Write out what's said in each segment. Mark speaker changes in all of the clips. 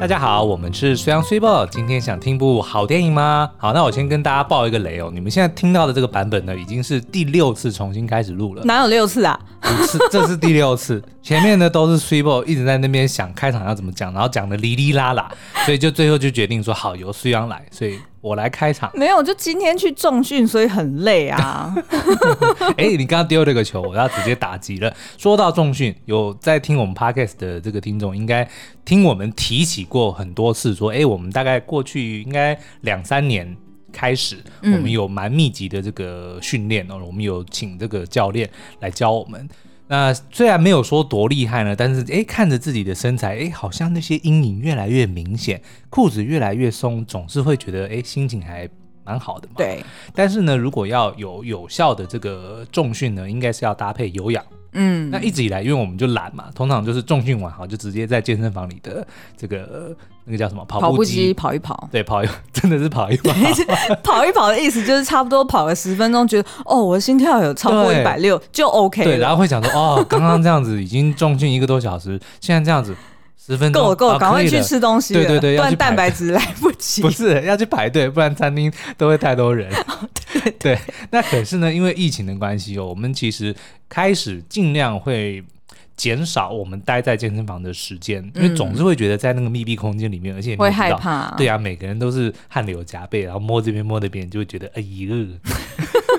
Speaker 1: 大家好，我们是虽阳虽报，今天想听部好电影吗？好，那我先跟大家爆一个雷哦，你们现在听到的这个版本呢，已经是第六次重新开始录了，
Speaker 2: 哪有六次啊？
Speaker 1: 五次， 这是第六次，前面呢都是 s w e b o 一直在那边想开场要怎么讲，然后讲的哩哩啦啦，所以就最后就决定说好由 s 阳来，所以我来开场。
Speaker 2: 没有，就今天去重训，所以很累 啊。
Speaker 1: 哎、你刚刚丢了个球，我要直接打击了。说到重训，有在听我们 podcast 的这个听众，应该听我们提起过很多次说，哎、我们大概过去应该两三年。开始，我们有蛮密集的这个训练哦，我们有请这个教练来教我们。那虽然没有说多厉害呢，但是哎，看着自己的身材，哎，好像那些阴影越来越明显，裤子越来越松，总是会觉得哎，心情还蛮好的嘛。
Speaker 2: 对，
Speaker 1: 但是呢，如果要有有效的这个重训呢，应该是要搭配有氧。
Speaker 2: 嗯，
Speaker 1: 那一直以来，因为我们就懒嘛，通常就是重训完好就直接在健身房里的这个呃那个叫什么跑
Speaker 2: 跑
Speaker 1: 步
Speaker 2: 步
Speaker 1: 机，，
Speaker 2: 机跑一跑
Speaker 1: 对，跑一 真的是跑一跑。
Speaker 2: 跑一跑的意思就是差不多跑个十分钟，觉得哦，我的心跳有超过
Speaker 1: 对
Speaker 2: 一百六就 OK
Speaker 1: 对，
Speaker 2: 了。
Speaker 1: 然后会想说，哦，刚刚这样子已经重训一个多小时，现在这样子十分钟
Speaker 2: 够了够
Speaker 1: 啊
Speaker 2: 了，赶快
Speaker 1: 可以
Speaker 2: 去
Speaker 1: 了
Speaker 2: 吃东西了，
Speaker 1: 对对对
Speaker 2: 不
Speaker 1: 要去
Speaker 2: 然
Speaker 1: 排
Speaker 2: 蛋白质来不及
Speaker 1: 不。是要去排队，不然餐厅都会太多人。对那可是呢，因为疫情的关系哦，我们其实开始尽量会。减少我们待在健身房的时间，因为总是会觉得在那个密闭空间里面，而且你也
Speaker 2: 会
Speaker 1: 知道
Speaker 2: 害怕
Speaker 1: 对啊，每个人都是汗流浃背，然后摸这边摸那边，就会觉得哎呦。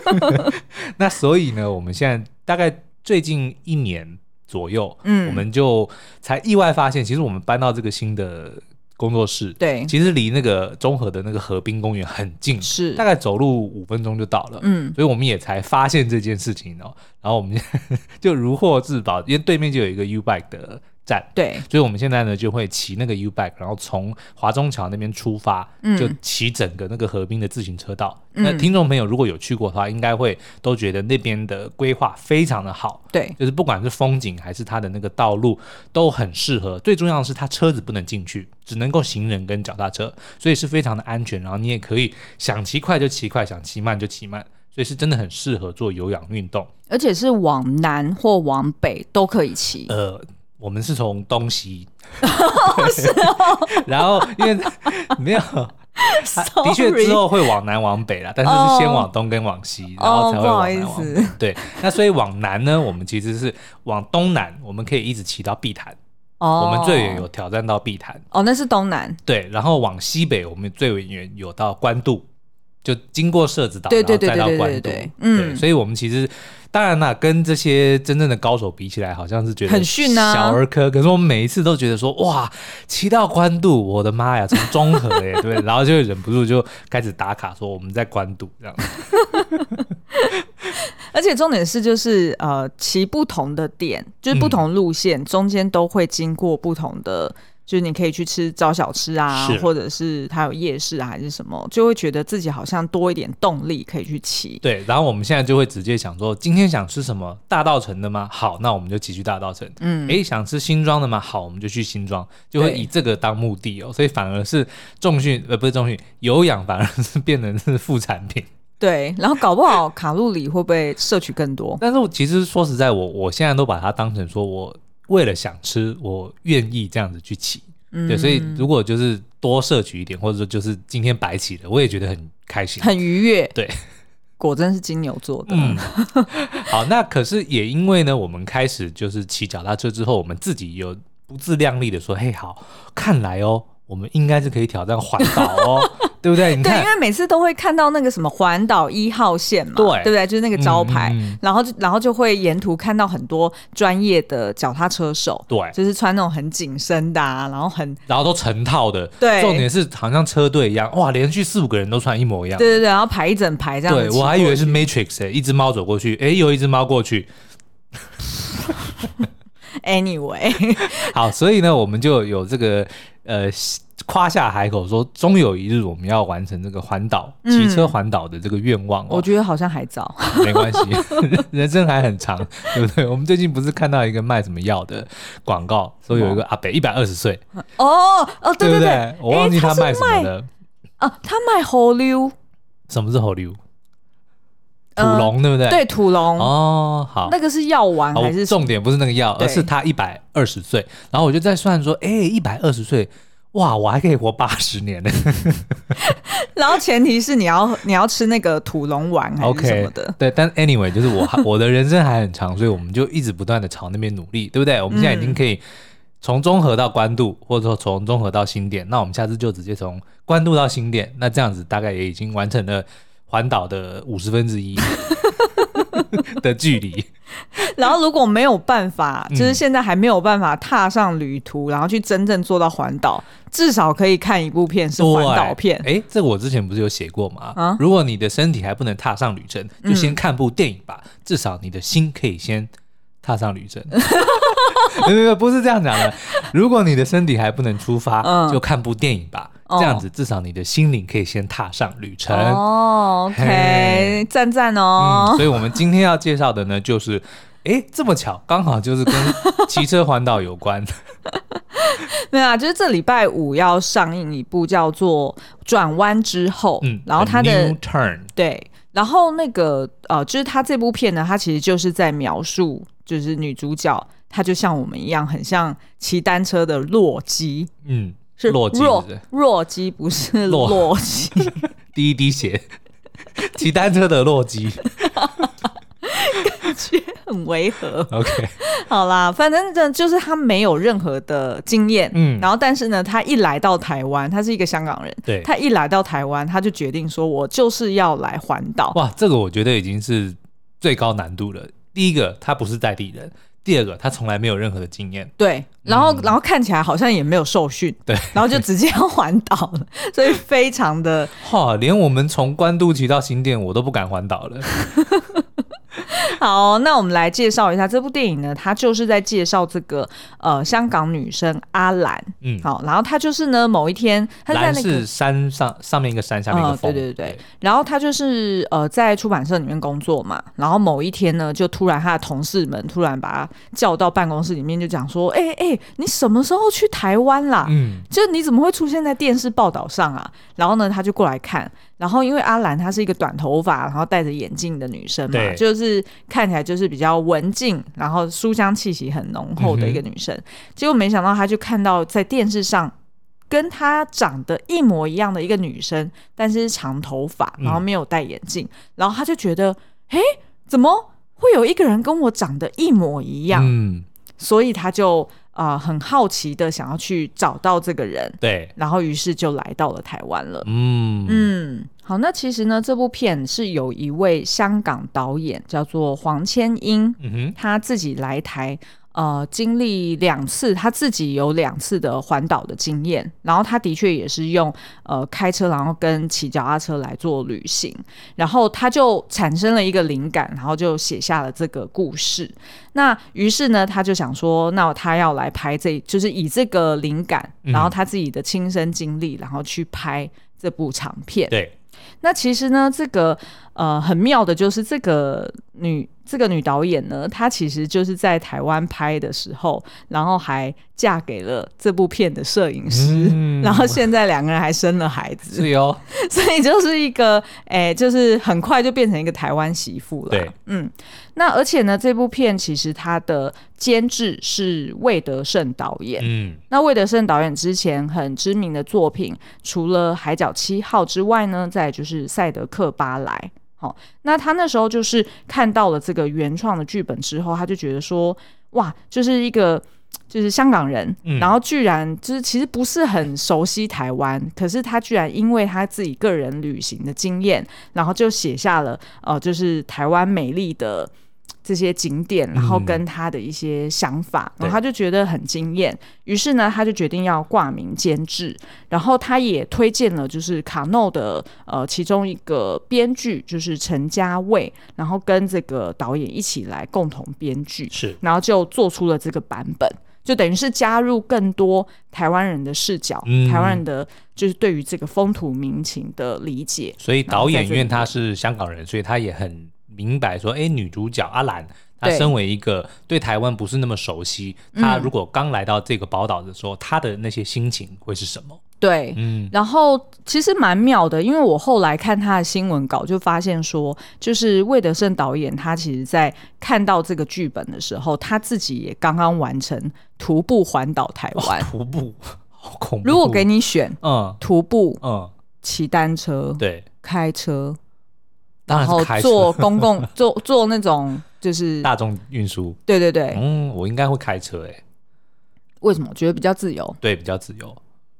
Speaker 1: 那所以呢，我们现在大概最近一年左右，
Speaker 2: 嗯
Speaker 1: 我们就才意外发现，其实我们搬到这个新的工作室，
Speaker 2: 对，
Speaker 1: 其实离那个中和的那个河滨公园很近，
Speaker 2: 是
Speaker 1: 大，概走路五分钟就到了。
Speaker 2: 嗯，
Speaker 1: 所以我们也才发现这件事情哦，然后我们 就如获至宝，因为对面就有一个 U Bike 的站，
Speaker 2: 对，
Speaker 1: 所以我们现在呢就会骑那个 U Bike，然后从华中桥那边出发，
Speaker 2: 嗯
Speaker 1: 就骑整个那个河滨的自行车道。
Speaker 2: 嗯
Speaker 1: 那听众朋友如果有去过的话，应该会都觉得那边的规划非常的好，
Speaker 2: 对，
Speaker 1: 就是不管是风景还是它的那个道路都很适合。最重要的是，它车子不能进去，只能够行人跟脚踏车，所以是非常的安全。然后你也可以想骑快就骑快，想骑慢就骑慢，所以是真的很适合做有氧运动。
Speaker 2: 而且是往南或往北都可以骑。
Speaker 1: 呃，我们是从东西，
Speaker 2: 哦
Speaker 1: 然后因为没 有。的确
Speaker 2: Sorry
Speaker 1: 之后会往南往北啦，但是是先
Speaker 2: 哦
Speaker 1: 往东跟往西，然后
Speaker 2: 哦
Speaker 1: 才会
Speaker 2: 不好
Speaker 1: 往
Speaker 2: 意
Speaker 1: 南往
Speaker 2: 思
Speaker 1: 北。对，那所以往南呢，我们其实是往东南，我们可以一直骑到碧潭，
Speaker 2: 哦，
Speaker 1: 呃我们最远有挑战到碧潭。
Speaker 2: 哦，那是东南，
Speaker 1: 对，然后往西北，我们最远有到关渡，就经过社子岛，
Speaker 2: 对对对
Speaker 1: 然后再
Speaker 2: 对
Speaker 1: 到关
Speaker 2: 对
Speaker 1: 渡。
Speaker 2: 对对
Speaker 1: 对，
Speaker 2: 嗯
Speaker 1: 所以我们其实当然啦，跟这些真正的高手比起来，好像是觉得
Speaker 2: 很逊啊
Speaker 1: 小儿科。可是我们每一次都觉得说，哇，骑到关渡，我的妈呀，从中和哎、 欸，对，然后就忍不住就开始打卡说我们在关渡这样。
Speaker 2: 而且重点是，就是呃，骑不同的点，就是不同路线、中间都会经过不同的，就是你可以去吃早小吃啊
Speaker 1: 是，
Speaker 2: 或者是它有夜市啊，还是什么，就会觉得自己好像多一点动力可以去骑。
Speaker 1: 对，然后我们现在就会直接想说，今天想吃什么大道城的吗？好，那我们就骑去大道城。
Speaker 2: 嗯，
Speaker 1: 诶，想吃新庄的吗？好，我们就去新庄，就会
Speaker 2: 对
Speaker 1: 以这个当目的哦，所以反而是重训呃不是重训，有氧反而是变成是副产品。
Speaker 2: 对，然后搞不好卡路里会不会摄取更多？
Speaker 1: 但是我其实说实在，我我现在都把它当成说我为了想吃，我愿意这样子去骑。
Speaker 2: 嗯
Speaker 1: 对，所以如果就是多摄取一点，或者说就是今天白骑了，我也觉得很开心。
Speaker 2: 很愉悦。
Speaker 1: 对，
Speaker 2: 果真是金牛座的。
Speaker 1: 嗯，好，那可是也因为呢，我们开始就是骑脚踏车之后，我们自己有不自量力的说，嘿，好，看来哦，我们应该是可以挑战环岛哦， 对不对？你
Speaker 2: 对，
Speaker 1: 看
Speaker 2: 因，为每次都会看到那个什么环岛一号线嘛，
Speaker 1: 对
Speaker 2: 不对？就是那个招牌，
Speaker 1: 嗯嗯嗯
Speaker 2: 然后就然后就会沿途看到很多专业的脚踏车手，
Speaker 1: 对
Speaker 2: 就是穿那种很紧身的、啊，然后很
Speaker 1: 然后都成套的，
Speaker 2: 对
Speaker 1: 重点是好像车队一样，哇，连续四五个人都穿一模一样。
Speaker 2: 对对对，然后排一整排这样子
Speaker 1: 对，
Speaker 2: 骑过去。
Speaker 1: 我还以为是 Matrix 哎、一只猫走过去，哎、又一只猫过去，
Speaker 2: anyway，
Speaker 1: 好，所以呢，我们就有这个呃夸下海口说，终有一日我们要完成这个环岛
Speaker 2: 嗯
Speaker 1: 骑车环岛的这个愿望、哦。
Speaker 2: 我觉得好像还 早。
Speaker 1: 没关系，人生还很长，对不对？我们最近不是看到一个卖什么药的广告，说有一个阿北一百二十岁，
Speaker 2: 哦哦，对
Speaker 1: 不
Speaker 2: 对，
Speaker 1: 我忘记
Speaker 2: 诶他是
Speaker 1: 卖什么了。
Speaker 2: 啊，他卖猴溜，
Speaker 1: 什么是猴流？土
Speaker 2: 呃
Speaker 1: 龙，对不对？。
Speaker 2: 对土龙，
Speaker 1: 哦，好。
Speaker 2: 那个是药丸
Speaker 1: 好
Speaker 2: 还是什么？
Speaker 1: 重点不是那个药，而
Speaker 2: 对
Speaker 1: 是他一百二十岁。然后我就在算说，哎、1一百二十岁，哇，我还可以活八十年呢。
Speaker 2: 然后前提是你要你要吃那个土龙丸还是什么的。
Speaker 1: 对，但 anyway，就是我 还我的人生还很长，所以我们就一直不断的朝那边努力，对不 对？我们现在已经可
Speaker 2: 嗯
Speaker 1: 以从中和到关渡，或者说从中和到新店，那我们下次就直接从关渡到新店，那这样子大概也已经完成了环岛的五十分之一的距离。
Speaker 2: 然后如果没有办法，
Speaker 1: 嗯
Speaker 2: 就是现在还没有办法踏上旅途，然后去真正做到环岛，至少可以看一部片是环岛片。
Speaker 1: 哎、诶这我之前不是有写过吗？
Speaker 2: 啊
Speaker 1: 如果你的身体还不能踏上旅程，就
Speaker 2: 嗯
Speaker 1: 先看部电影 吧，至少你的心可以先踏上旅程。 没有没有，不是这样讲的。如果你的身体还不能出发，
Speaker 2: 嗯
Speaker 1: 就看部电影吧，
Speaker 2: 哦
Speaker 1: 这样子至少你的心灵可以先踏上旅程。
Speaker 2: 哦
Speaker 1: 哎嘿
Speaker 2: ，OK，赞赞
Speaker 1: 嗯，
Speaker 2: 哦。
Speaker 1: 所以我们今天要介绍的呢，就是。哎，这么巧，刚好就是跟骑车环岛有关。
Speaker 2: 对啊，就是这礼拜五要上映一部叫做《转弯之后》，
Speaker 1: 嗯，
Speaker 2: 然后它
Speaker 1: A
Speaker 2: 的
Speaker 1: new turn，
Speaker 2: 对，然后那个呃，就是他这部片呢，他其实就是在描述，就是女主角她就像我们一样，很像骑单车的洛基，
Speaker 1: 嗯，
Speaker 2: 是
Speaker 1: 洛基
Speaker 2: 若
Speaker 1: 是不是
Speaker 2: 洛基，不是
Speaker 1: 洛
Speaker 2: 洛基，
Speaker 1: 第一滴血， 骑单车的洛基。
Speaker 2: 很违和。
Speaker 1: OK，
Speaker 2: 好啦，反正这就是他没有任何的经验，
Speaker 1: 嗯
Speaker 2: 然后但是呢，他一来到台湾，他是一个香港人，
Speaker 1: 对
Speaker 2: 他一来到台湾，他就决定说，我就是要来环岛，
Speaker 1: 哇，这个我觉得已经是最高难度了。第一个，他不是在地人；第二个，他从来没有任何的经验。
Speaker 2: 对，然后、然后看起来好像也没有受训，
Speaker 1: 嗯对，
Speaker 2: 然后就直接要环岛了，所以非常的
Speaker 1: 哈，连我们从关渡骑到新店，我都不敢环岛了。
Speaker 2: 好。那我们来介绍一下这部电影呢，它就是在介绍这个呃香港女生阿兰，
Speaker 1: 嗯，
Speaker 2: 好，然后她就是呢某一天她在
Speaker 1: 蓝
Speaker 2: 那个
Speaker 1: 是。山上上面一个山，下面一个
Speaker 2: 嗯
Speaker 1: 峰。
Speaker 2: 对对对，然后她就是呃在出版社里面工作嘛，然后某一天呢，就突然她的同事们突然把她叫到办公室里面，就讲说，哎、哎、你什么时候去台湾啦？
Speaker 1: 嗯，
Speaker 2: 就你怎么会出现在电视报道上啊？然后呢，他就过来看，然后因为阿兰她是一个短头发，然后戴着眼镜的女生嘛，
Speaker 1: 对
Speaker 2: 就是看起来就是比较文静，然后书香气息很浓厚的一个女
Speaker 1: 嗯
Speaker 2: 生。结果没想到，她就看到在电视上跟她长得一模一样的一个女生，但是是长头发，
Speaker 1: 嗯
Speaker 2: 然后没有戴眼镜，然后她就觉得，诶，怎么会有一个人跟我长得一模一样？
Speaker 1: 嗯，
Speaker 2: 所以她就。啊、很好奇的想要去找到这个人，
Speaker 1: 对，
Speaker 2: 然后于是就来到了台湾了。
Speaker 1: 嗯嗯
Speaker 2: 嗯，好，那其实呢，这部片是有一位香港导演叫做黄千英，
Speaker 1: 嗯哼，
Speaker 2: 他自己来台。呃，经历两次，他自己有两次的环岛的经验，然后他的确也是用呃开车，然后跟骑脚踏车来做旅行，然后他就产生了一个灵感，然后就写下了这个故事。那于是呢，他就想说，那他要来拍这，就是以这个灵感，
Speaker 1: 嗯
Speaker 2: 然后他自己的亲身经历，然后去拍这部长片。
Speaker 1: 对，
Speaker 2: 那其实呢，这个呃很妙的就是这个女这个女导演呢，她其实就是在台湾拍的时候，然后还嫁给了这部片的摄影师。
Speaker 1: 嗯
Speaker 2: 然后现在两个人还生了孩 子，
Speaker 1: 是哦 哟，
Speaker 2: 所以就是一个，哎、就是很快就变成一个台湾媳妇了。
Speaker 1: 对，
Speaker 2: 嗯，那而且呢，这部片其实它的监制是魏德胜导演，
Speaker 1: 嗯，
Speaker 2: 那魏德胜导演之前很知名的作品，除了《海角七号》之外呢，再来就是《赛德克巴莱》。好，那他那时候就是看到了这个原创的剧本之后，他就觉得说，哇，就是一个就是香港人，
Speaker 1: 嗯
Speaker 2: 然后居然就是其实不是很熟悉台湾，可是他居然因为他自己个人旅行的经验，然后就写下了呃，就是台湾美丽的。这些景点，然后
Speaker 1: 嗯
Speaker 2: 跟他的一些想法，
Speaker 1: 对
Speaker 2: 然后他就觉得很惊艳，于是呢，他就决定要挂名监制，然后他也推荐了就是卡诺的呃其中一个编剧就是陈嘉卫，然后跟这个导演一起来共同编剧，
Speaker 1: 是，
Speaker 2: 然后就做出了这个版本，就等于是加入更多台湾人的视角，
Speaker 1: 嗯
Speaker 2: 台湾人的就是对于这个风土民情的理解，
Speaker 1: 所以导演因为
Speaker 2: 然后在这里
Speaker 1: 他是香港人，所以他也很明白说，哎，女主角阿兰，她
Speaker 2: 对嗯
Speaker 1: 身为一个对台湾不是那么熟悉，她如果刚来到这个宝岛的时候，她的那些心情会是什么？
Speaker 2: 对，
Speaker 1: 嗯，
Speaker 2: 然后其实蛮妙的，因为我后来看他的新闻稿，就发现说，就是魏德胜导演他其实在看到这个剧本的时候，他自己也刚刚完成徒步环岛台湾。
Speaker 1: 徒步 好恐怖。
Speaker 2: 如果给，你选
Speaker 1: 嗯
Speaker 2: 徒步、
Speaker 1: 嗯，
Speaker 2: 骑单车、
Speaker 1: 对，
Speaker 2: 开车，
Speaker 1: 当
Speaker 2: 然
Speaker 1: 然
Speaker 2: 后
Speaker 1: 是开车
Speaker 2: 坐公共坐坐那种就是
Speaker 1: 大众运输。
Speaker 2: 对对对，
Speaker 1: 嗯，我应该会开车诶、欸，
Speaker 2: 为什么我觉得比较自由？
Speaker 1: 对，比较自由。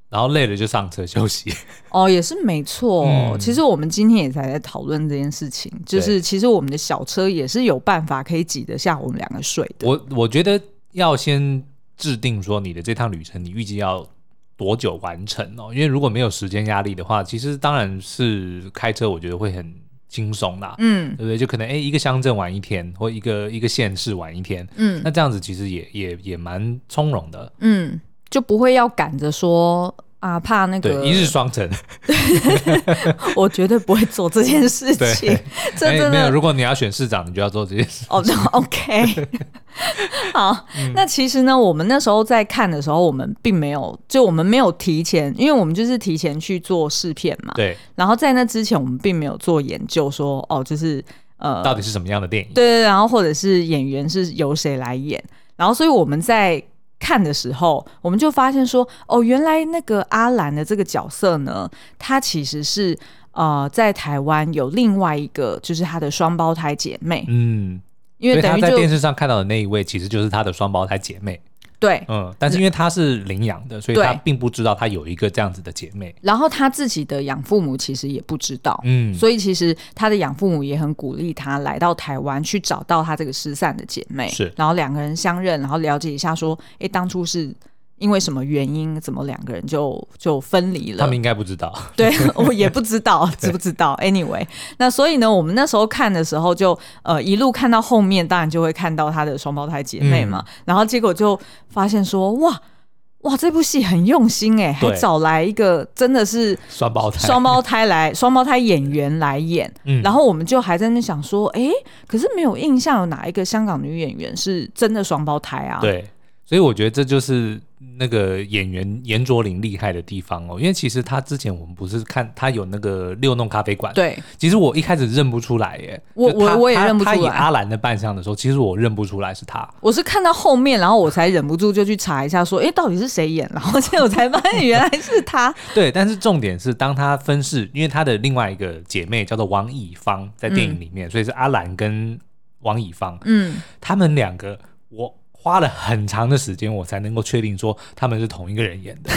Speaker 1: 然后累了就上车休息。
Speaker 2: 哦，也是没错。
Speaker 1: 嗯
Speaker 2: 其实我们今天也才在讨论这件事情，就是
Speaker 1: 对
Speaker 2: 其实我们的小车也是有办法可以挤得下我们两个睡的。
Speaker 1: 我我觉得要先制定说你的这趟旅程，你预计要多久完成哦？因为如果没有时间压力的话，其实当然是开车，我觉得会很轻松啦，
Speaker 2: 嗯
Speaker 1: 对不对？就可能诶一个乡镇玩一天，或一个一个县市玩一天，
Speaker 2: 嗯
Speaker 1: 那这样子其实也也也蛮从容的，
Speaker 2: 嗯，就不会要赶着说啊，怕那
Speaker 1: 对，
Speaker 2: 个
Speaker 1: 一日双 城。
Speaker 2: 我绝对不会做这件事情
Speaker 1: 对。哎
Speaker 2: 这 真
Speaker 1: 没有，
Speaker 2: 的、
Speaker 1: 如果你要选市长，你就要做这件事。
Speaker 2: 哦，那 OK。好，
Speaker 1: 嗯
Speaker 2: 那其实呢，我们那时候在看的时候，我们并没有，就我们没有提前，因为我们就是提前去做试片嘛。
Speaker 1: 对，
Speaker 2: 然后在那之前，我们并没有做研究说，哦，就是呃，
Speaker 1: 到底是什么样的电影？
Speaker 2: 对对，对然后或者是演员是由谁来演，然后所以我们在看的时候，我们就发现说，哦，原来那个阿兰的这个角色呢，她其实是呃在台湾有另外一个，就是她的双胞胎姐妹，
Speaker 1: 嗯，
Speaker 2: 因
Speaker 1: 所
Speaker 2: 为
Speaker 1: 以
Speaker 2: 等
Speaker 1: 他
Speaker 2: 于
Speaker 1: 在电
Speaker 2: 就
Speaker 1: 视上看到的那一位，其实就是他的双胞胎姐妹。
Speaker 2: 对。
Speaker 1: 嗯，但是因为她是领养的，所以她
Speaker 2: 对
Speaker 1: 并不知道她有一个这样子的姐妹。
Speaker 2: 然后她自己的养父母其实也不知道，
Speaker 1: 嗯，
Speaker 2: 所以其实她的养父母也很鼓励她来到台湾去找到她这个失散的姐妹，
Speaker 1: 是
Speaker 2: 然后两个人相认，然后了解一下说，诶，当初是因为什么原因，怎么两个人就就分离
Speaker 1: 他
Speaker 2: 了
Speaker 1: 们？应该不知道。
Speaker 2: 对我也不知道， 知不知道？Anyway，那所以呢，我们那时候看的时候就呃一路看到后面，当然就会看到她的双胞胎姐妹
Speaker 1: 嗯
Speaker 2: 嘛，然后结果就发现说，哇。哇，这部戏很用心哎、还
Speaker 1: 对
Speaker 2: 找来一个真的是
Speaker 1: 双胞胎，
Speaker 2: 双胞胎来，双胞胎演员来演，
Speaker 1: 嗯
Speaker 2: 然后我们就还在那边想说，诶，可是没有印象有哪一个香港女演员是真的双胞胎啊？，
Speaker 1: 对，所以我觉得这就是那个演员严卓林厉害的地方哦。因为其实他之前我们不是看他有那个六弄咖啡馆，，
Speaker 2: 对，
Speaker 1: 其实我一开始认不出来耶，
Speaker 2: 我
Speaker 1: 就他
Speaker 2: 我我也
Speaker 1: 他
Speaker 2: 认不出来
Speaker 1: 他以阿兰的扮相的时候，其实我认不出来是他。
Speaker 2: 我是看到后面，然后我才忍不住就去查一下，说，诶，到底是谁演？然后结果才发现原来是 她。
Speaker 1: 对，但是重点是，当他分饰，因为他的另外一个姐妹叫做王以芳，在电影里面，所以是阿兰跟王以芳，
Speaker 2: 嗯，
Speaker 1: 他们两个，我花了很长的时间，我才能够确定说他们是同一个人 演的。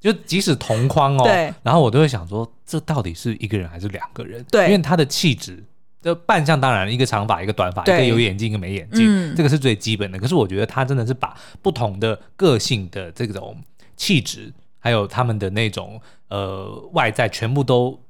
Speaker 1: 就即使同框哦
Speaker 2: 对，
Speaker 1: 然后我都会想说，这到底是一个人还是两个人？
Speaker 2: 对
Speaker 1: 因为他的气质，这扮相当然一个长发，一个短发，一个
Speaker 2: 对
Speaker 1: 有眼镜，一个没眼镜，
Speaker 2: 嗯
Speaker 1: 这个是最基本的。可是我觉得他真的是把不同的个性的这种气质，还有他们的那种呃外在，全部都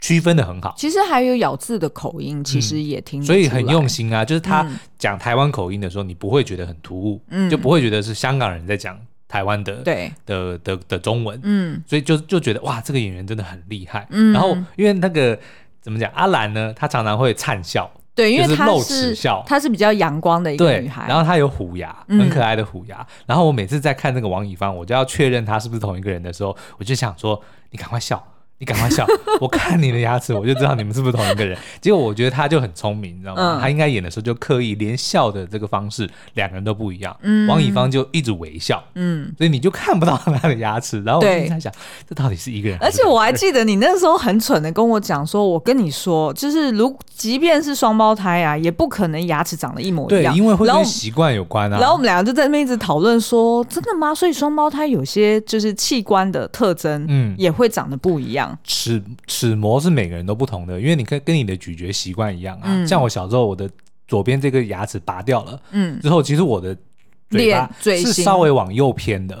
Speaker 1: 区分的很好。
Speaker 2: 其实还有咬字的口音，其实也挺、
Speaker 1: 嗯所以很用。心啊，就是他
Speaker 2: 嗯
Speaker 1: 讲台湾口音的时候，你不会觉得很突兀，
Speaker 2: 嗯
Speaker 1: 就不会觉得是香港人在讲台湾的
Speaker 2: 对，
Speaker 1: 的的的中文，
Speaker 2: 嗯
Speaker 1: 所以就就觉得哇，这个演员真的很厉害。
Speaker 2: 嗯
Speaker 1: 然后因为那个怎么讲，阿兰呢，她常常会灿笑，
Speaker 2: 对，因
Speaker 1: 就
Speaker 2: 为
Speaker 1: 是
Speaker 2: 她
Speaker 1: 露齿
Speaker 2: 是
Speaker 1: 笑
Speaker 2: 她是比较阳光的一个
Speaker 1: 对
Speaker 2: 女，孩，
Speaker 1: 然后她有虎牙，
Speaker 2: 嗯
Speaker 1: 很可爱的虎牙。然后我每次在看那个王以芳，我就要确认她是不是同一个人的时候，我就想说，你赶快笑。你赶快 笑！我看你的牙齿，我就知道你们是不是同一个人。结果我觉得她就很聪明，你知道吗？
Speaker 2: 嗯
Speaker 1: 她应该演的时候就刻意连笑的这个方式，两个人都不一样。
Speaker 2: 嗯
Speaker 1: 王以芳就一直微笑，
Speaker 2: 嗯。
Speaker 1: 所以你就看不到她的牙齿。然后我
Speaker 2: 对
Speaker 1: 就在想，这到底是一个人
Speaker 2: 而
Speaker 1: 还是
Speaker 2: 且
Speaker 1: 两个人？
Speaker 2: 我还记得你那时候很蠢的跟我讲说，我跟你说，就是如即便是双胞胎啊，也不可能牙齿长得一模一
Speaker 1: 对，
Speaker 2: 样。
Speaker 1: 因为会
Speaker 2: 然后
Speaker 1: 跟习惯有关啊。
Speaker 2: 然后我们两个就在那边一直讨论说，真的吗？所以双胞胎有些就是器官的特征，
Speaker 1: 嗯
Speaker 2: 也会长得不一样。
Speaker 1: 齿齿模是每个人都不同的，因为你跟跟你的咀嚼习惯一样啊。
Speaker 2: 嗯
Speaker 1: 像我小时候，我的左边这个牙齿拔掉了
Speaker 2: 嗯，
Speaker 1: 之后，其实我的嘴巴
Speaker 2: 脸嘴
Speaker 1: 是
Speaker 2: 型
Speaker 1: 稍微往右偏的，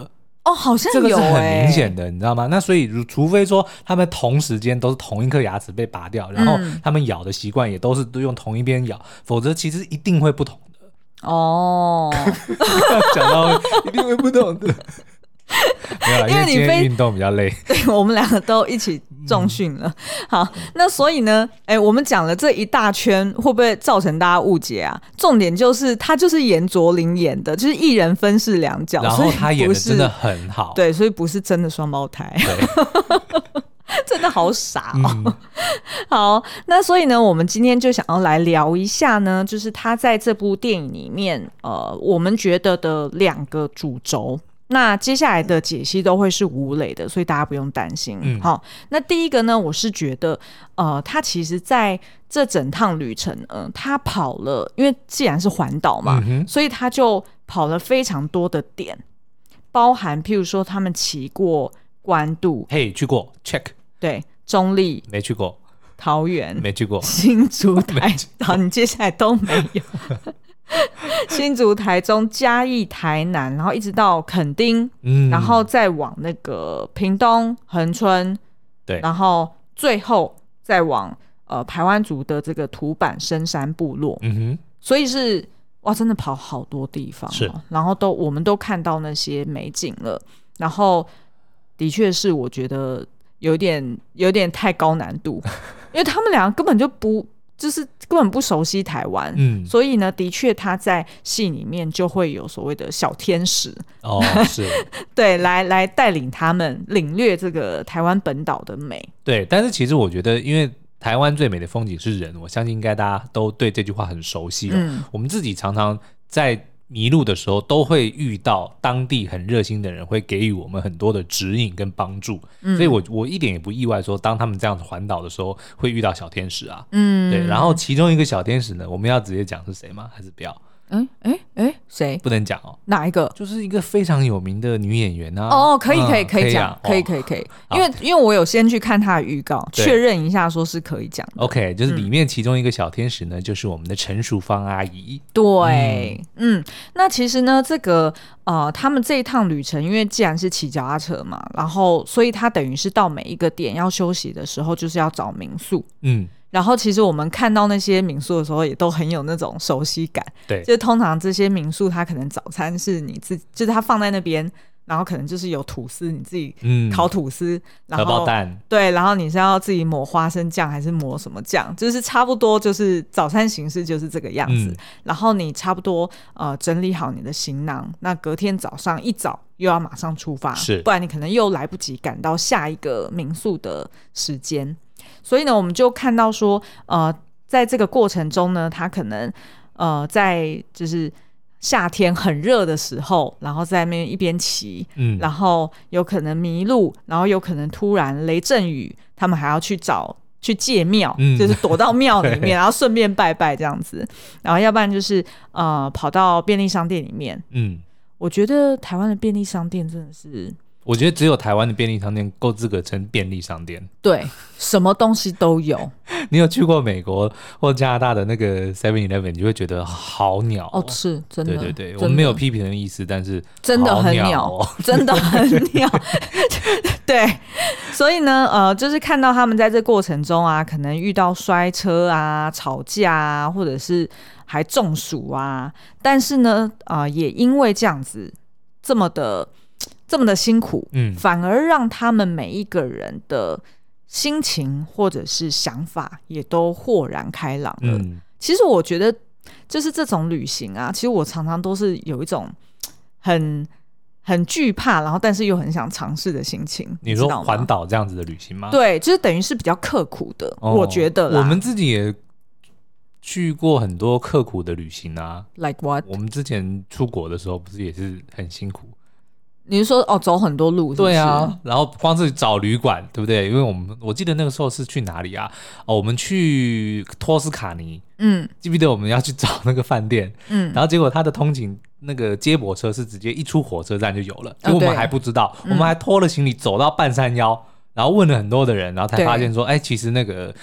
Speaker 2: 哦，好像
Speaker 1: 这个是
Speaker 2: 有
Speaker 1: 很
Speaker 2: 哎、
Speaker 1: 明显的，你知道吗？那所以如除非说他们同时间都是同一颗牙齿被拔掉，然后
Speaker 2: 嗯
Speaker 1: 他们咬的习惯也都是都用同一边咬，否则其实一定会不同的。
Speaker 2: 哦。
Speaker 1: 讲到一定会不同的。没有啦，因
Speaker 2: 因
Speaker 1: 为
Speaker 2: 为你
Speaker 1: 今天
Speaker 2: 非
Speaker 1: 运动比较累，
Speaker 2: 对，我们两个都一起重训了。
Speaker 1: 嗯
Speaker 2: 好，那所以呢，哎、我们讲了这一大圈，会不会造成大家误解啊？重点就是他就是严卓林演的，就是一人分饰两角，
Speaker 1: 然
Speaker 2: 所
Speaker 1: 后
Speaker 2: 以
Speaker 1: 他演
Speaker 2: 不
Speaker 1: 的
Speaker 2: 是
Speaker 1: 真的很好。
Speaker 2: 对，所以不是真的双胞胎，
Speaker 1: 对，
Speaker 2: 真的好傻哦。
Speaker 1: 嗯，
Speaker 2: 好，那所以呢，我们今天就想要来聊一下呢，就是他在这部电影里面，呃，我们觉得的两个主轴。那接下来的解析都会是吴磊的，所以大家不用担心。
Speaker 1: 嗯
Speaker 2: 好，那第一个呢，我是觉得，呃，他其实在这整趟旅程，嗯、他跑了，因为既然是环岛嘛，
Speaker 1: 嗯哼
Speaker 2: 所以他就跑了非常多的点，包含譬如说他们骑过关渡，
Speaker 1: 嘿，去过 check，
Speaker 2: 对，中立、
Speaker 1: 没去过，
Speaker 2: 桃园、
Speaker 1: 没啊去过，
Speaker 2: 新 竹、台，好，你接下来都没有。 新竹、台中、嘉义、台南，然后一直到垦丁，
Speaker 1: 嗯，
Speaker 2: 然后再往那个屏东、恒春，
Speaker 1: 对
Speaker 2: 然后最后再往呃台湾族的这个土坂深山部落，
Speaker 1: 嗯
Speaker 2: 所以是哇，真的跑好多地方、哦，
Speaker 1: 是，
Speaker 2: 然后都我们都看到那些美景了，然后的确是我觉得有点有点太高难 度，因为他们俩根本就不就是根本不熟悉台湾，
Speaker 1: 哼，嗯，
Speaker 2: 所以呢，的确他在戏里面就会有所谓的小天使，
Speaker 1: 哦，是
Speaker 2: 对，来来带领他们领略这个台湾本岛的美。
Speaker 1: 对，但是其实我觉得，因为台湾最美的风景是人，我相信应该大家都对这句话很熟悉了。
Speaker 2: 嗯
Speaker 1: 我们自己常常在迷路的时候，都会遇到当地很热心的人，会给予我们很多的指引跟帮助。
Speaker 2: 嗯
Speaker 1: 所以我我一点也不意外说，当他们这样子环岛的时候，会遇到小天使啊。
Speaker 2: 嗯，
Speaker 1: 对，然后其中一个小天使呢，我们要直接讲是谁吗？还是不要？
Speaker 2: 哎哎哎，谁？
Speaker 1: 不能讲哦，
Speaker 2: 哪一个？
Speaker 1: 就是一个非常有名的女演员啊。
Speaker 2: 哦，可以，可以，
Speaker 1: 嗯
Speaker 2: 可以讲
Speaker 1: 啊，
Speaker 2: 可以，
Speaker 1: 哦
Speaker 2: 可以，可以，
Speaker 1: 好
Speaker 2: 因为因为我有先去看他的预告，
Speaker 1: 对
Speaker 2: 确认一下说是可以讲的。
Speaker 1: OK，就是
Speaker 2: 嗯
Speaker 1: 里面其中一个小天使呢，就是我们的陈淑芳阿姨。
Speaker 2: 对，嗯那其实呢，这个呃，他们这一趟旅程，因为既然是骑脚踏车嘛，然后所以他等于是到每一个点要休息的时候，就是要找民宿。
Speaker 1: 嗯，
Speaker 2: 然后其实我们看到那些民宿的时候，也都很有那种熟悉感。
Speaker 1: 对
Speaker 2: 就是通常这些民宿，它可能早餐是你自己，就是它放在那边，然后可能就是有吐司，你自己
Speaker 1: 嗯，
Speaker 2: 烤吐司，然
Speaker 1: 荷包
Speaker 2: 后
Speaker 1: 蛋，
Speaker 2: 对，然后你是要自己抹花生酱还是抹什么酱？就是差不多，就是早餐形式就是这个样子。
Speaker 1: 嗯
Speaker 2: 然后你差不多呃整理好你的行囊，那隔天早上一早又要马上出发，
Speaker 1: 是
Speaker 2: 不然你可能又来不及赶到下一个民宿的时间。所以呢，我们就看到说，呃，在这个过程中呢，他可能呃在就是夏天很热的时候，然后在那边一边骑，
Speaker 1: 嗯，
Speaker 2: 然后有可能迷路，然后有可能突然雷阵雨，他们还要去找去借庙，
Speaker 1: 嗯
Speaker 2: 就是躲到庙里
Speaker 1: 对
Speaker 2: 面，然后顺便拜拜这样子，然后要不然就是呃跑到便利商店里面。
Speaker 1: 嗯，
Speaker 2: 我觉得台湾的便利商店真的是
Speaker 1: 我觉得只有台湾的便利商店够资格称便利商店。
Speaker 2: 对什么东西都有
Speaker 1: 你有去过美国或加拿大的那个 Seven Eleven，你就会觉得好鸟
Speaker 2: 哦，是真的，
Speaker 1: 对对对，
Speaker 2: 真
Speaker 1: 我
Speaker 2: 的
Speaker 1: 们没有批评的意思，但是
Speaker 2: 真的很
Speaker 1: 好
Speaker 2: 鸟，
Speaker 1: 哦
Speaker 2: 真的很 鸟。对，所以呢，呃，就是看到他们在这过程中啊，可能遇到摔车啊、吵架啊，或者是还中暑啊，但是呢，呃，也因为这样子这么的这么的辛苦，
Speaker 1: 嗯
Speaker 2: 反而让他们每一个人的心情或者是想法也都豁然开朗了。
Speaker 1: 嗯，
Speaker 2: 其实我觉得，就是这种旅行啊，其实我常常都是有一种很很惧怕，然后但是又很想尝试的心情。
Speaker 1: 你说
Speaker 2: 知道吗
Speaker 1: 环岛这样子的旅行吗？
Speaker 2: 对，就是等于是比较刻苦的，
Speaker 1: 哦，
Speaker 2: 我觉得啦。
Speaker 1: 我们自己也去过很多刻苦的旅行啊。
Speaker 2: like what？
Speaker 1: 我们之前出国的时候，不是也是很辛苦？
Speaker 2: 你是说哦，走很多路是不是
Speaker 1: 对啊，，然后光是找旅馆，对不对？因为我们我记得那个时候是去哪里啊？哦，我们去托斯卡尼，
Speaker 2: 嗯
Speaker 1: 记不记得我们要去找那个饭店？
Speaker 2: 嗯，
Speaker 1: 然后结果他的通勤那个接驳车是直接一出火车站就有了，
Speaker 2: 啊
Speaker 1: 结果我们
Speaker 2: 对
Speaker 1: 还不知道，我们还拖了行李走到半山腰，然后问了很多的人，然后才
Speaker 2: 对
Speaker 1: 发现说，哎，其实那个。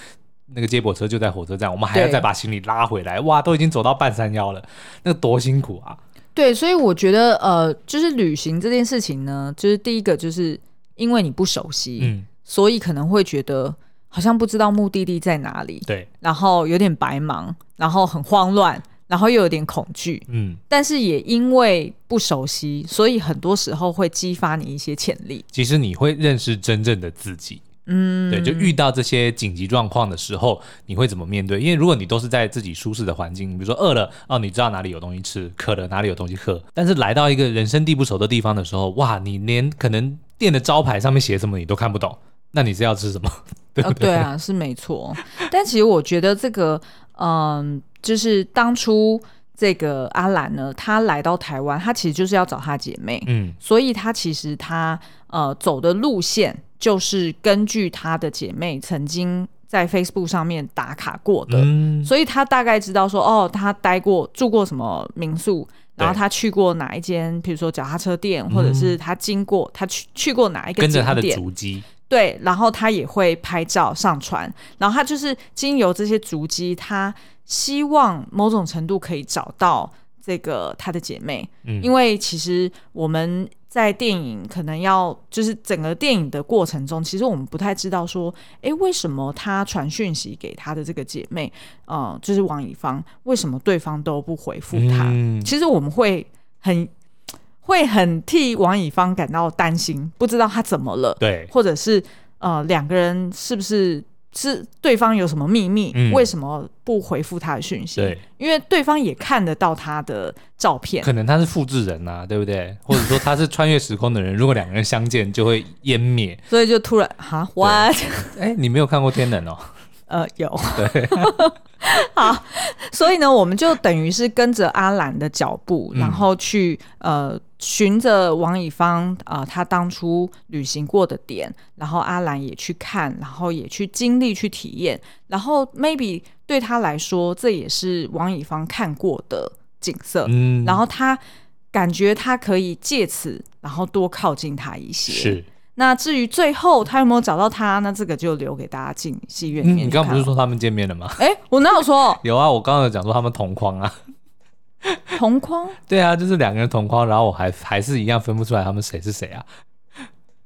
Speaker 1: 那个接驳车就在火车站，我们还要
Speaker 2: 对
Speaker 1: 再把行李拉回来。哇，都已经走到半山腰了，那多辛苦啊！
Speaker 2: 对，所以我觉得呃，就是旅行这件事情呢，就是第一个就是因为你不熟悉，
Speaker 1: 嗯，
Speaker 2: 所以可能会觉得好像不知道目的地在哪里，
Speaker 1: 对，
Speaker 2: 然后有点白忙，然后很慌乱，然后又有点恐惧，
Speaker 1: 嗯，
Speaker 2: 但是也因为不熟悉，所以很多时候会激发你一些潜力。
Speaker 1: 其实你会认识真正的自己。嗯，对，就遇到这些紧急状况的时候，你会怎么面对？因为如果你都是在自己舒适的环境，比如说饿了，哦，你知道哪里有东西吃；渴了，哪里有东西喝。但是来到一个人生地不熟的地方的时候，哇，你连可能店的招牌上面写什么你都看不懂，那你是要吃什么？对
Speaker 2: 呃
Speaker 1: 不，对？
Speaker 2: 对啊，是没错。但其实我觉得这个，嗯，就是当初这个阿兰呢，她来到台湾，她其实就是要找她姐妹，
Speaker 1: 嗯，
Speaker 2: 所以她其实她呃走的路线就是根据她的姐妹曾经在 Facebook 上面打卡过的，
Speaker 1: 嗯，
Speaker 2: 所以她大概知道说，哦，她待过住过什么民宿，然后
Speaker 1: 对嗯
Speaker 2: 她去过哪一间，比如说脚踏车店，或者是她经过，她去去过哪一个
Speaker 1: 跟着
Speaker 2: 景
Speaker 1: 他的
Speaker 2: 点，
Speaker 1: 足迹，
Speaker 2: 对，然后他也会拍照上传，然后他就是经由这些足迹，他希望某种程度可以找到这个他的姐妹，
Speaker 1: 嗯，
Speaker 2: 因为其实我们在电影可能要就是整个电影的过程中，其实我们不太知道说，诶，为什么他传讯息给他的这个姐妹，呃，就是王以芳，为什么对方都不回复他？
Speaker 1: 嗯
Speaker 2: 其实我们会很会很替王以芳感到担心，不知道她怎么了。
Speaker 1: 对，
Speaker 2: 或者是呃两个人是不是是对方有什么秘密，
Speaker 1: 嗯
Speaker 2: 为什么不回复他的讯息？
Speaker 1: 对，
Speaker 2: 因为对方也看得到他的照片。
Speaker 1: 可能他是复制人呐、对不对？或者说他是穿越时空的人，如果两个人相见就会湮灭。
Speaker 2: 所以就突然哈 what
Speaker 1: 哎，你没有看过《天能》哦？
Speaker 2: 呃有 好，所以呢，我们就等于是跟着阿兰的脚步，
Speaker 1: 嗯
Speaker 2: 然后去呃循着王以芳啊、呃他当初旅行过的点，然后阿兰也去看，然后也去经历去体验，然后 maybe 对他来说，这也是王以芳看过的景色，
Speaker 1: 嗯，
Speaker 2: 然后他感觉他可以借此然后多靠近他一些，
Speaker 1: 是，
Speaker 2: 那至于最后他有没有找到他，那这个就留给大家进戏院里
Speaker 1: 嗯，
Speaker 2: 面、
Speaker 1: 你刚刚不是？说他们见面了吗？
Speaker 2: 哎、我哪有说
Speaker 1: 有啊，我刚刚有讲说他们同框啊，
Speaker 2: 同框？
Speaker 1: 对啊，就是两个人同框，然后我还还是一样分不出来他们谁是谁啊。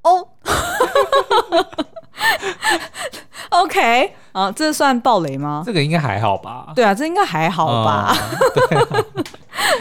Speaker 2: 哦 ，OK，啊，这算暴雷吗？
Speaker 1: 这个啊应该还好吧？
Speaker 2: 啊
Speaker 1: 嗯
Speaker 2: 对啊，这应该还好吧？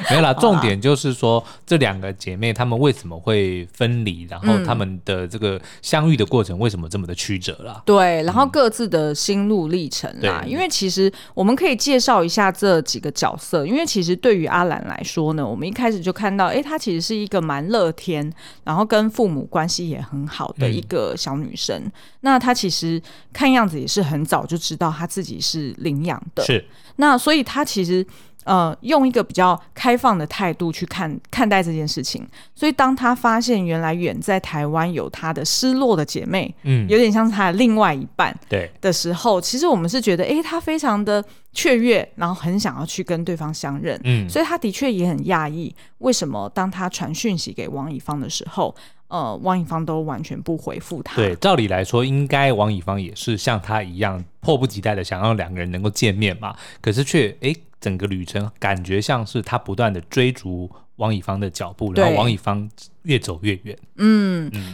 Speaker 1: 没有 啦，重点就是说这两个姐妹她们为什么会分离，然后
Speaker 2: 嗯
Speaker 1: 她们的这个相遇的过程为什么这么的曲折啦？
Speaker 2: 对，然后各自的心路历程啦，
Speaker 1: 嗯对
Speaker 2: 因为其实我们可以介绍一下这几个角色，因为其实对于阿兰来说呢，我们一开始就看到，诶，她其实是一个蛮乐天，然后跟父母关系也很好的
Speaker 1: 嗯
Speaker 2: 一个小女生。那她其实看样子也是很早就知道她自己是领养的，
Speaker 1: 是，
Speaker 2: 那所以她其实。呃，用一个比较开放的态度去看看待这件事情，所以当她发现原来远在台湾有她的失落的姐妹，
Speaker 1: 嗯，
Speaker 2: 有点像是他的另外一半
Speaker 1: 对，
Speaker 2: 的时候，其实我们是觉得，诶，他非常的雀跃，然后很想要去跟对方相认，
Speaker 1: 嗯，
Speaker 2: 所以他的确也很讶异，为什么当他传讯息给王以芳的时候，呃，王以芳都完全不回复他。
Speaker 1: 对，照理来说，应该王以芳也是像她一样迫不及待的想让两个人能够见面嘛，可是却诶，整个旅程感觉像是她不断的追逐王以芳的脚步，然后
Speaker 2: 对
Speaker 1: 王以芳越走越远。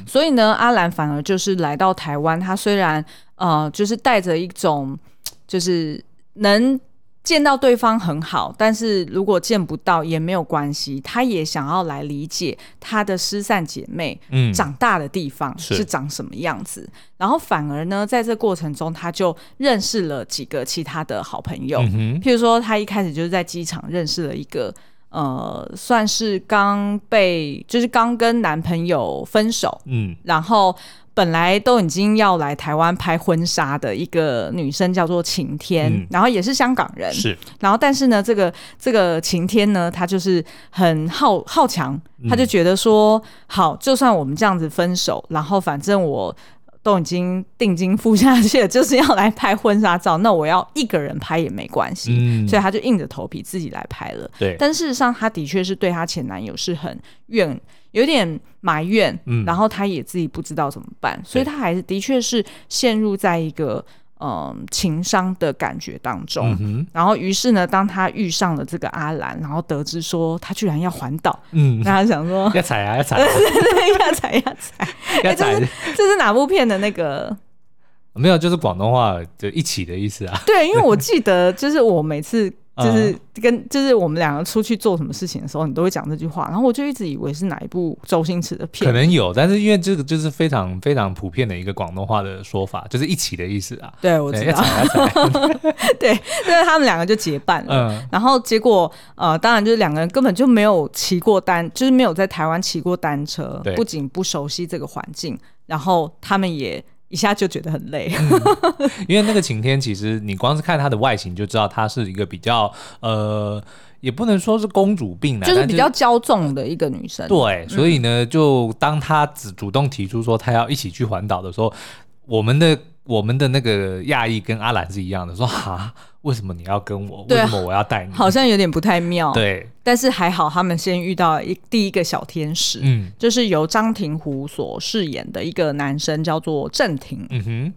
Speaker 2: 所以呢，阿兰反而就是来到台湾，他虽然呃，就是带着一种就是能见到对方很好，但是如果见不到也没有关系，他也想要来理解他的失散姐妹
Speaker 1: 嗯，
Speaker 2: 长大的地方
Speaker 1: 是
Speaker 2: 是长什么样子，然后反而呢，在这过程中，他就认识了几个其他的好朋友，
Speaker 1: 嗯哼，
Speaker 2: 譬如说，他一开始就是在机场认识了一个呃，算是刚被就是刚跟男朋友分手，
Speaker 1: 嗯，
Speaker 2: 然后本来都已经要来台湾拍婚纱的一个女生，叫做晴天，
Speaker 1: 嗯
Speaker 2: 然后也是香港人，
Speaker 1: 是，
Speaker 2: 然后，但是呢，这个这个晴天呢，他就是很好好强，他就觉得说，好，就算我们这样子分手，然后反正我都已经定金付下 去了，就是要来拍婚纱照，那我要一个人拍也没关系，
Speaker 1: 嗯，
Speaker 2: 所以他就硬着头皮自己来拍了。
Speaker 1: 对，
Speaker 2: 但事实上，她的确是对她前男友是很怨，有点埋怨，
Speaker 1: 嗯
Speaker 2: 然后她也自己不知道怎么办，所以
Speaker 1: 对
Speaker 2: 她还是的确是陷入在一个嗯、情伤的感觉当中。
Speaker 1: 嗯哼，
Speaker 2: 然后，于是呢，当她遇上了这个阿兰，然后得知说她居然要环岛，
Speaker 1: 嗯，
Speaker 2: 那她想 说
Speaker 1: 要踩啊，要踩啊，
Speaker 2: 要踩要踩，
Speaker 1: 要
Speaker 2: 哎真
Speaker 1: 踩啊
Speaker 2: 的。这是哪部片的那个？
Speaker 1: 没有，就是广东话就一起的意思啊。
Speaker 2: 对，因为我记得就是我每次
Speaker 1: 嗯
Speaker 2: 就是跟就是我们两个出去做什么事情的时候，你都会讲这句话，然后我就一直以为是哪一部周星驰的
Speaker 1: 可
Speaker 2: 片。
Speaker 1: 能有，但是因为这个就是非常非常普遍的一个广东话的说法，就是一起的意思啊。
Speaker 2: 对，我
Speaker 1: 对
Speaker 2: 知
Speaker 1: 要
Speaker 2: 道
Speaker 1: 踩，啊踩啊，
Speaker 2: 对，所以他们两个就结伴了。
Speaker 1: 嗯，
Speaker 2: 然后结果，呃，当然就是两个人根本就没有骑过单，就是没有在台湾骑过单车
Speaker 1: 对，
Speaker 2: 不仅不熟悉这个环境，然后他们也一下就觉得很累。
Speaker 1: 嗯因为那个晴天，其实你光是看它的外形就知道，它是一个比较呃也不能说是公主病啦，
Speaker 2: 就是
Speaker 1: 但
Speaker 2: 比较嗯骄纵的一个女生。
Speaker 1: 对，所以呢，就当他只主动提出说他要一起去环岛的时候，我们的我们的那个亚裔跟阿兰是一样的，说哈，为什么你要跟我？为
Speaker 2: 对啊
Speaker 1: 什么我要带你？
Speaker 2: 好像有点不太妙，
Speaker 1: 对，
Speaker 2: 但是还好他们先遇到一第一个小天使，
Speaker 1: 嗯
Speaker 2: 就是由张庭湖所饰演的一个男生，叫做郑庭。
Speaker 1: 嗯哼，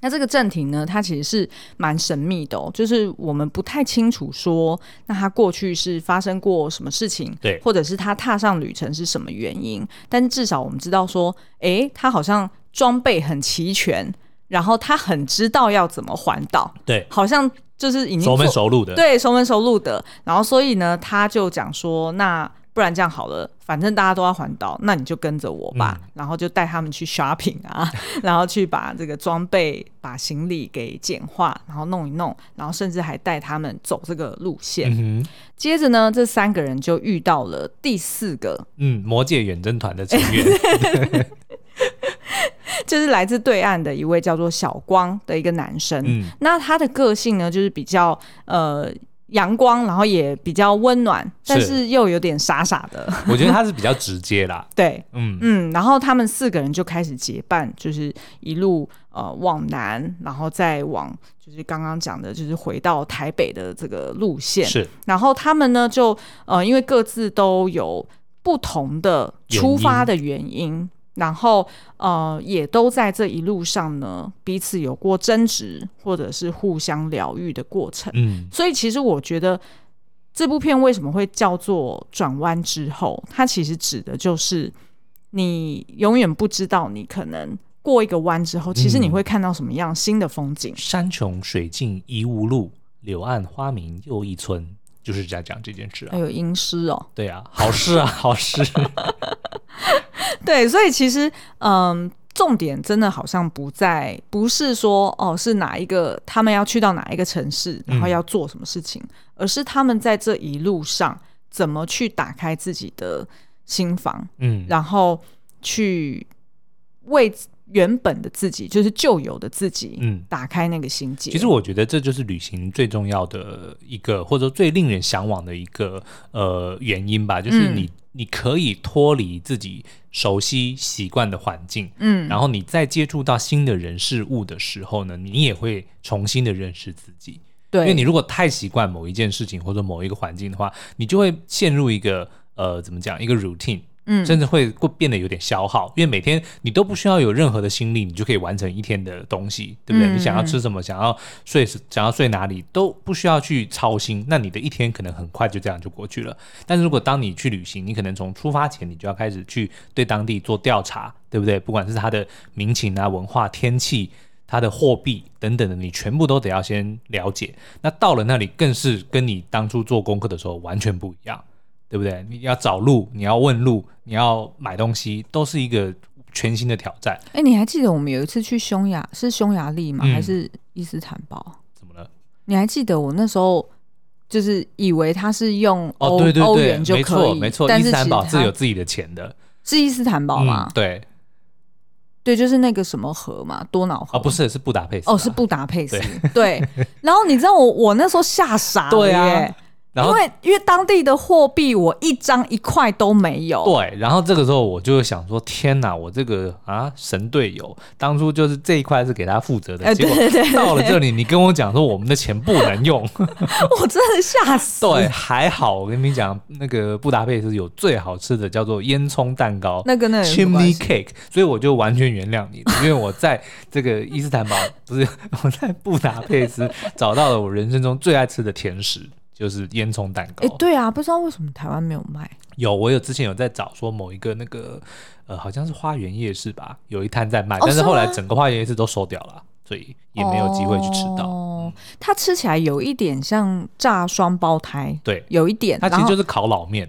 Speaker 2: 那这个郑庭呢，他其实是蛮神秘的、哦，就是我们不太清楚说，那他过去是发生过什么事情，
Speaker 1: 对
Speaker 2: 或者是他踏上旅程是什么原因。但是至少我们知道说，诶，他好像装备很齐全，然后他很知道要怎么环岛，
Speaker 1: 对，
Speaker 2: 好像就是已经
Speaker 1: 熟门
Speaker 2: 做
Speaker 1: 熟路的，
Speaker 2: 对，熟门熟路的。然后所以呢，他就讲说，那不然这样好了，反正大家都要环岛，那你就跟着我吧。
Speaker 1: 嗯
Speaker 2: 然后就带他们去 shopping 啊， 然后去把这个装备、把行李给简化，然后弄一弄，然后甚至还带他们走这个路线。
Speaker 1: 嗯哼，
Speaker 2: 接着呢，这三个人就遇到了第四个，
Speaker 1: 嗯，魔界远征团的成员，
Speaker 2: 就是来自对岸的一位叫做小光的一个男生。
Speaker 1: 嗯
Speaker 2: 那他的个性呢，就是比较呃。阳光，然后也比较温暖，但
Speaker 1: 是
Speaker 2: 是又有点傻傻的。
Speaker 1: 我觉得他是比较直接啦，
Speaker 2: 对，
Speaker 1: 嗯，
Speaker 2: 嗯，然后他们四个人就开始结伴，就是一路呃往南，然后再往就是刚刚讲的，就是回到台北的这个路线。
Speaker 1: 是
Speaker 2: 然后他们呢，就呃因为各自都有不同的出发的原因，然后呃也都在这一路上呢彼此有过争执，或者是互相疗愈的过程。
Speaker 1: 嗯
Speaker 2: 所以其实我觉得这部片为什么会叫做《转弯之后》，它其实指的就是你永远不知道你可能过一个弯之后，其实你会看到什么样新的风景。
Speaker 1: 山穷水尽疑无路，柳暗花明又一村，就是在讲这件事啊
Speaker 2: 还。有阴湿哦，
Speaker 1: 对啊，好事啊， 好事。
Speaker 2: 对，所以其实嗯。重点真的好像不在，不是说哦是哪一个他们要去到哪一个城市，然后要做什么事情，而是他们在这一路上怎么去打开自己的心房，
Speaker 1: 嗯，
Speaker 2: 然后去为原本的自己，就是旧有的自己，
Speaker 1: 嗯
Speaker 2: 打开那个心结。
Speaker 1: 其实我觉得这就是旅行最重要的一个，或者说最令人向往的一个呃原因吧，就是你、你可以脱离自己熟悉习惯的环境，
Speaker 2: 嗯，
Speaker 1: 然后你在接触到新的人事物的时候呢，你也会重新的认识自己。因
Speaker 2: 对，
Speaker 1: 为你如果太习惯某一件事情或者某一个环境的话，你就会陷入一个呃怎么讲一个 routine。
Speaker 2: 嗯
Speaker 1: 甚至会过变得有点消耗，因为每天你都不需要有任何的心力，你就可以完成一天的东西，对不对？
Speaker 2: 嗯
Speaker 1: 你想要吃什么，想要睡什，想要睡哪里，都不需要去操心。那你的一天可能很快就这样就过去了。但是如果当你去旅行，你可能从出发前你就要开始去对当地做调查，对不对？不管是它的民情啊、文化、天气、它的货币等等的，你全部都得要先了解。那到了那里，更是跟你当初做功课的时候完全不一样，对不对？你要找路，你要问路，你要买东西，都是一个全新的挑战。
Speaker 2: 哎、你还记得我们有一次去匈牙是匈牙利吗？
Speaker 1: 嗯
Speaker 2: 还是伊斯坦堡？
Speaker 1: 怎么了？
Speaker 2: 你还记得我那时候就是以为他是用
Speaker 1: 哦，
Speaker 2: 欧
Speaker 1: 对对
Speaker 2: 欧
Speaker 1: 对
Speaker 2: 元，就
Speaker 1: 没
Speaker 2: 可
Speaker 1: 错
Speaker 2: 以，
Speaker 1: 没错，
Speaker 2: 但
Speaker 1: 伊
Speaker 2: 是
Speaker 1: 斯
Speaker 2: 其
Speaker 1: 坦
Speaker 2: 实
Speaker 1: 堡是
Speaker 2: 它
Speaker 1: 有自己的钱的，
Speaker 2: 是伊斯坦堡吗
Speaker 1: 嗯？对
Speaker 2: 对，就是那个什么河嘛，多瑙
Speaker 1: 啊，
Speaker 2: 河
Speaker 1: 不是是布达佩斯
Speaker 2: 哦，
Speaker 1: 啊
Speaker 2: 是布达佩斯对。然后你知道我我那时候吓傻了
Speaker 1: 对啊
Speaker 2: 耶
Speaker 1: 然后
Speaker 2: 因为因为当地的货币我一张一块都没有，
Speaker 1: 对，然后这个时候我就想说，天哪，我这个啊神队友，当初就是这一块是给他负责的，
Speaker 2: 哎
Speaker 1: 结果
Speaker 2: 对对对
Speaker 1: 到了这里，你跟我讲说我们的钱不能用，
Speaker 2: 我真的吓死。
Speaker 1: 对，，还好我跟你讲，那个布达佩斯有最好吃的叫做烟囱蛋糕，
Speaker 2: 那跟那有什么关
Speaker 1: chimney
Speaker 2: 系
Speaker 1: cake，所以我就完全原谅你了，因为我在这个伊斯坦堡不是我在布达佩斯找到了我人生中最爱吃的甜食，就是烟囱蛋糕。
Speaker 2: 哎、对啊，不知道为什么台湾没有卖。
Speaker 1: 有，我有之前有在找说某一个那个呃，好像是花园夜市吧，有一摊在卖，
Speaker 2: 哦
Speaker 1: 但是后来
Speaker 2: 是吗
Speaker 1: 整个花园夜市都收掉了，所以也没有机会去吃到。
Speaker 2: 哦，它吃起来有一点像炸双胞胎，
Speaker 1: 对，
Speaker 2: 有一点。
Speaker 1: 它其实就是是烤老面，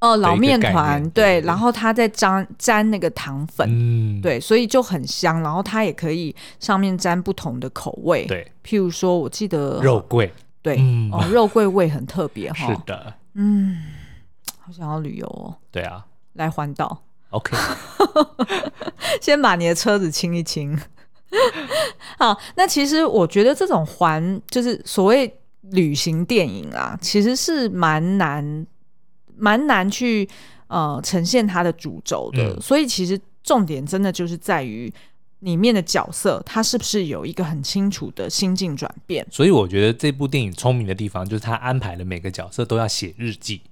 Speaker 2: 哦老面
Speaker 1: 的一个概
Speaker 2: 团
Speaker 1: 念，对
Speaker 2: 对，
Speaker 1: 对
Speaker 2: 然后它再沾沾那个糖粉。
Speaker 1: 嗯，
Speaker 2: 对，所以就很香，然后它也可以上面沾不同的口味，，
Speaker 1: 对，
Speaker 2: 譬如说，我记得
Speaker 1: 肉，桂，
Speaker 2: 对，
Speaker 1: 嗯
Speaker 2: 哦，肉桂味很特别 哈，
Speaker 1: 是的，
Speaker 2: 嗯，好想要旅游哦，
Speaker 1: 对啊
Speaker 2: 来环岛，
Speaker 1: ，OK，
Speaker 2: 先把你的车子清 一清。好，那其实我觉得这种环就是所谓旅行电影啊，其实是蛮难蛮难去呃呈现它的主轴的，
Speaker 1: 嗯
Speaker 2: 所以其实重点真的就是在于里面的角色他是不是有一个很清楚的心境转变
Speaker 1: 所以我觉得这部电影聪明的地方就是他安排了每个角色都要写日记，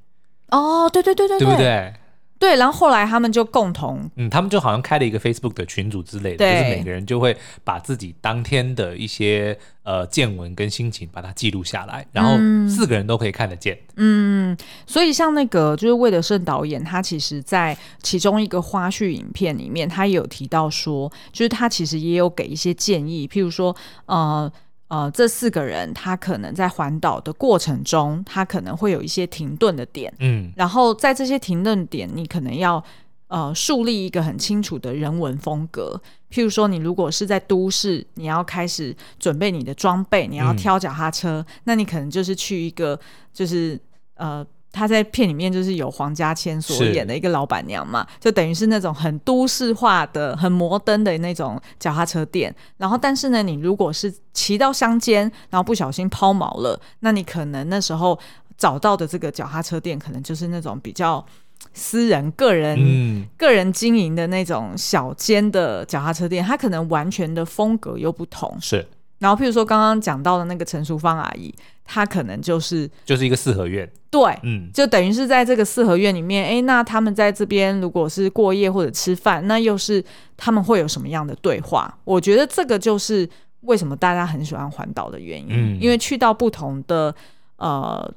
Speaker 2: 哦，对对对对
Speaker 1: 对不对？
Speaker 2: 对，然后后来他们就共同
Speaker 1: 嗯，他们就好像开了一个 Facebook 的群组之类的，
Speaker 2: 对
Speaker 1: 就是每个人就会把自己当天的一些呃见闻跟心情把它记录下来，然后四个人都可以看得见。
Speaker 2: 嗯，所以像那个就是魏德胜导演，他其实在其中一个花絮影片里面，他也有提到说，就是他其实也有给一些建议，譬如说，呃呃，这四个人他可能在环岛的过程中，他可能会有一些停顿的点，
Speaker 1: 嗯，
Speaker 2: 然后在这些停顿点，你可能要呃树立一个很清楚的人文风格。譬如说，你如果是在都市，你要开始准备你的装备，你要
Speaker 1: 嗯
Speaker 2: 挑脚踏车，那你可能就是去一个就是呃。他在片里面就是有黄家千所
Speaker 1: 是
Speaker 2: 演的一个老板娘嘛，就等于是那种很都市化的、很摩登的那种脚踏车店。然后，但是呢，你如果是骑到乡间，然后不小心抛锚了，那你可能那时候找到的这个脚踏车店，可能就是那种比较私人、个人、
Speaker 1: 嗯，
Speaker 2: 个人经营的那种小间的脚踏车店，它可能完全的风格又不同。
Speaker 1: 是，
Speaker 2: 然后，譬如说刚刚讲到的那个陈淑芳阿姨，她可能就是
Speaker 1: 就是一个四合院。
Speaker 2: 对，
Speaker 1: 嗯，
Speaker 2: 就等于是在这个四合院里面，诶，那他们在这边如果是过夜或者吃饭，那又是他们会有什么样的对话？我觉得这个就是为什么大家很喜欢环岛的原因，
Speaker 1: 嗯
Speaker 2: 因为去到不同的呃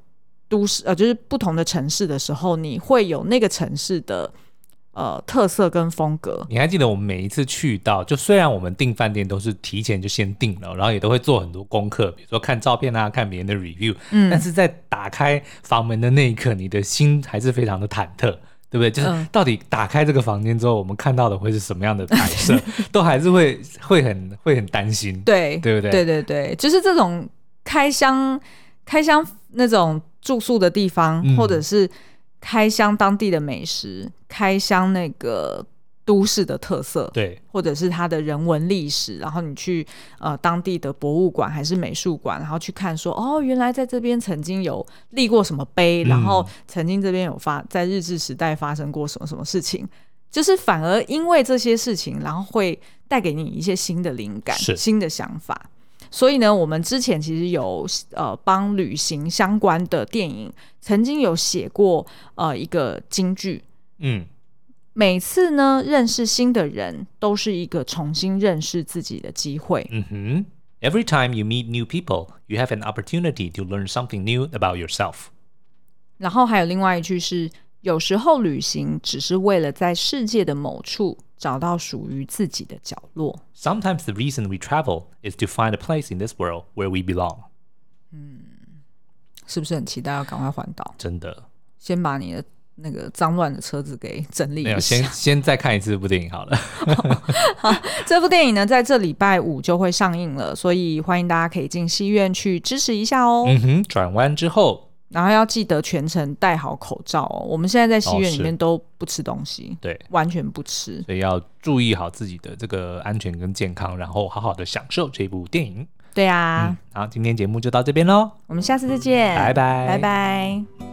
Speaker 2: 都市呃，就是不同的城市的时候，你会有那个城市的呃特色跟风格。
Speaker 1: 你还记得我们每一次去到，就虽然我们订饭店都是提前就先订了，然后也都会做很多功课，比如说看照片啊，看别人的 review，
Speaker 2: 嗯
Speaker 1: 但是在打开房门的那一刻，你的心还是非常的忐忑。对不对？就是
Speaker 2: 嗯
Speaker 1: 到底打开这个房间之后，我们看到的会是什么样的摆 设，都还是会会很会很担心。
Speaker 2: 对
Speaker 1: 对不对
Speaker 2: 对对对，就是这种开箱开箱那种住宿的地方，
Speaker 1: 嗯
Speaker 2: 或者是开箱当地的美食，开箱那个都市的特色，
Speaker 1: 对，
Speaker 2: 或者是它的人文历史，然后你去呃当地的博物馆还是美术馆，然后去看说哦，原来在这边曾经有立过什么碑，
Speaker 1: 嗯
Speaker 2: 然后曾经这边有发在日治时代发生过什么什么事情，就是反而因为这些事情，然后会带给你一些新的灵感、
Speaker 1: 是
Speaker 2: 新的想法。所以呢，我们之前其实有呃帮旅行相关的电影曾经有写过呃一个京剧，
Speaker 1: 嗯，
Speaker 2: 每次呢，认识新的人都是一个重新认识自己的机会。
Speaker 1: Mm-hmm. Every time you meet new people, you have an opportunity to learn something new about yourself.
Speaker 2: 然后还有另外一句是，有时候旅行只是为了在世界的某处找到属于自己的角落。
Speaker 1: Sometimes the reason we travel is to find a place in this world where we belong.
Speaker 2: 是不是很期待要赶快环岛？
Speaker 1: 真的，
Speaker 2: 先把你的那个脏乱的车子给整理
Speaker 1: 没有
Speaker 2: 一
Speaker 1: 哎先
Speaker 2: 下。
Speaker 1: 先再看一次这部电影好了。
Speaker 2: 这部电影呢，在这礼拜五就会上映了，所以欢迎大家可以进戏院去支持一下哦。
Speaker 1: 嗯哼，转弯之后，
Speaker 2: 然后要记得全程戴好口罩哦。我们现在在戏院
Speaker 1: 哦
Speaker 2: 里
Speaker 1: 是
Speaker 2: 面都不吃东西，
Speaker 1: 对，
Speaker 2: 完全不吃。
Speaker 1: 所以要注意好自己的这个安全跟健康，然后好好的享受这部电影。
Speaker 2: 对啊，
Speaker 1: 好，今天节目就到这边喽，
Speaker 2: 我们下次再见，
Speaker 1: 嗯哎拜拜
Speaker 2: 拜拜。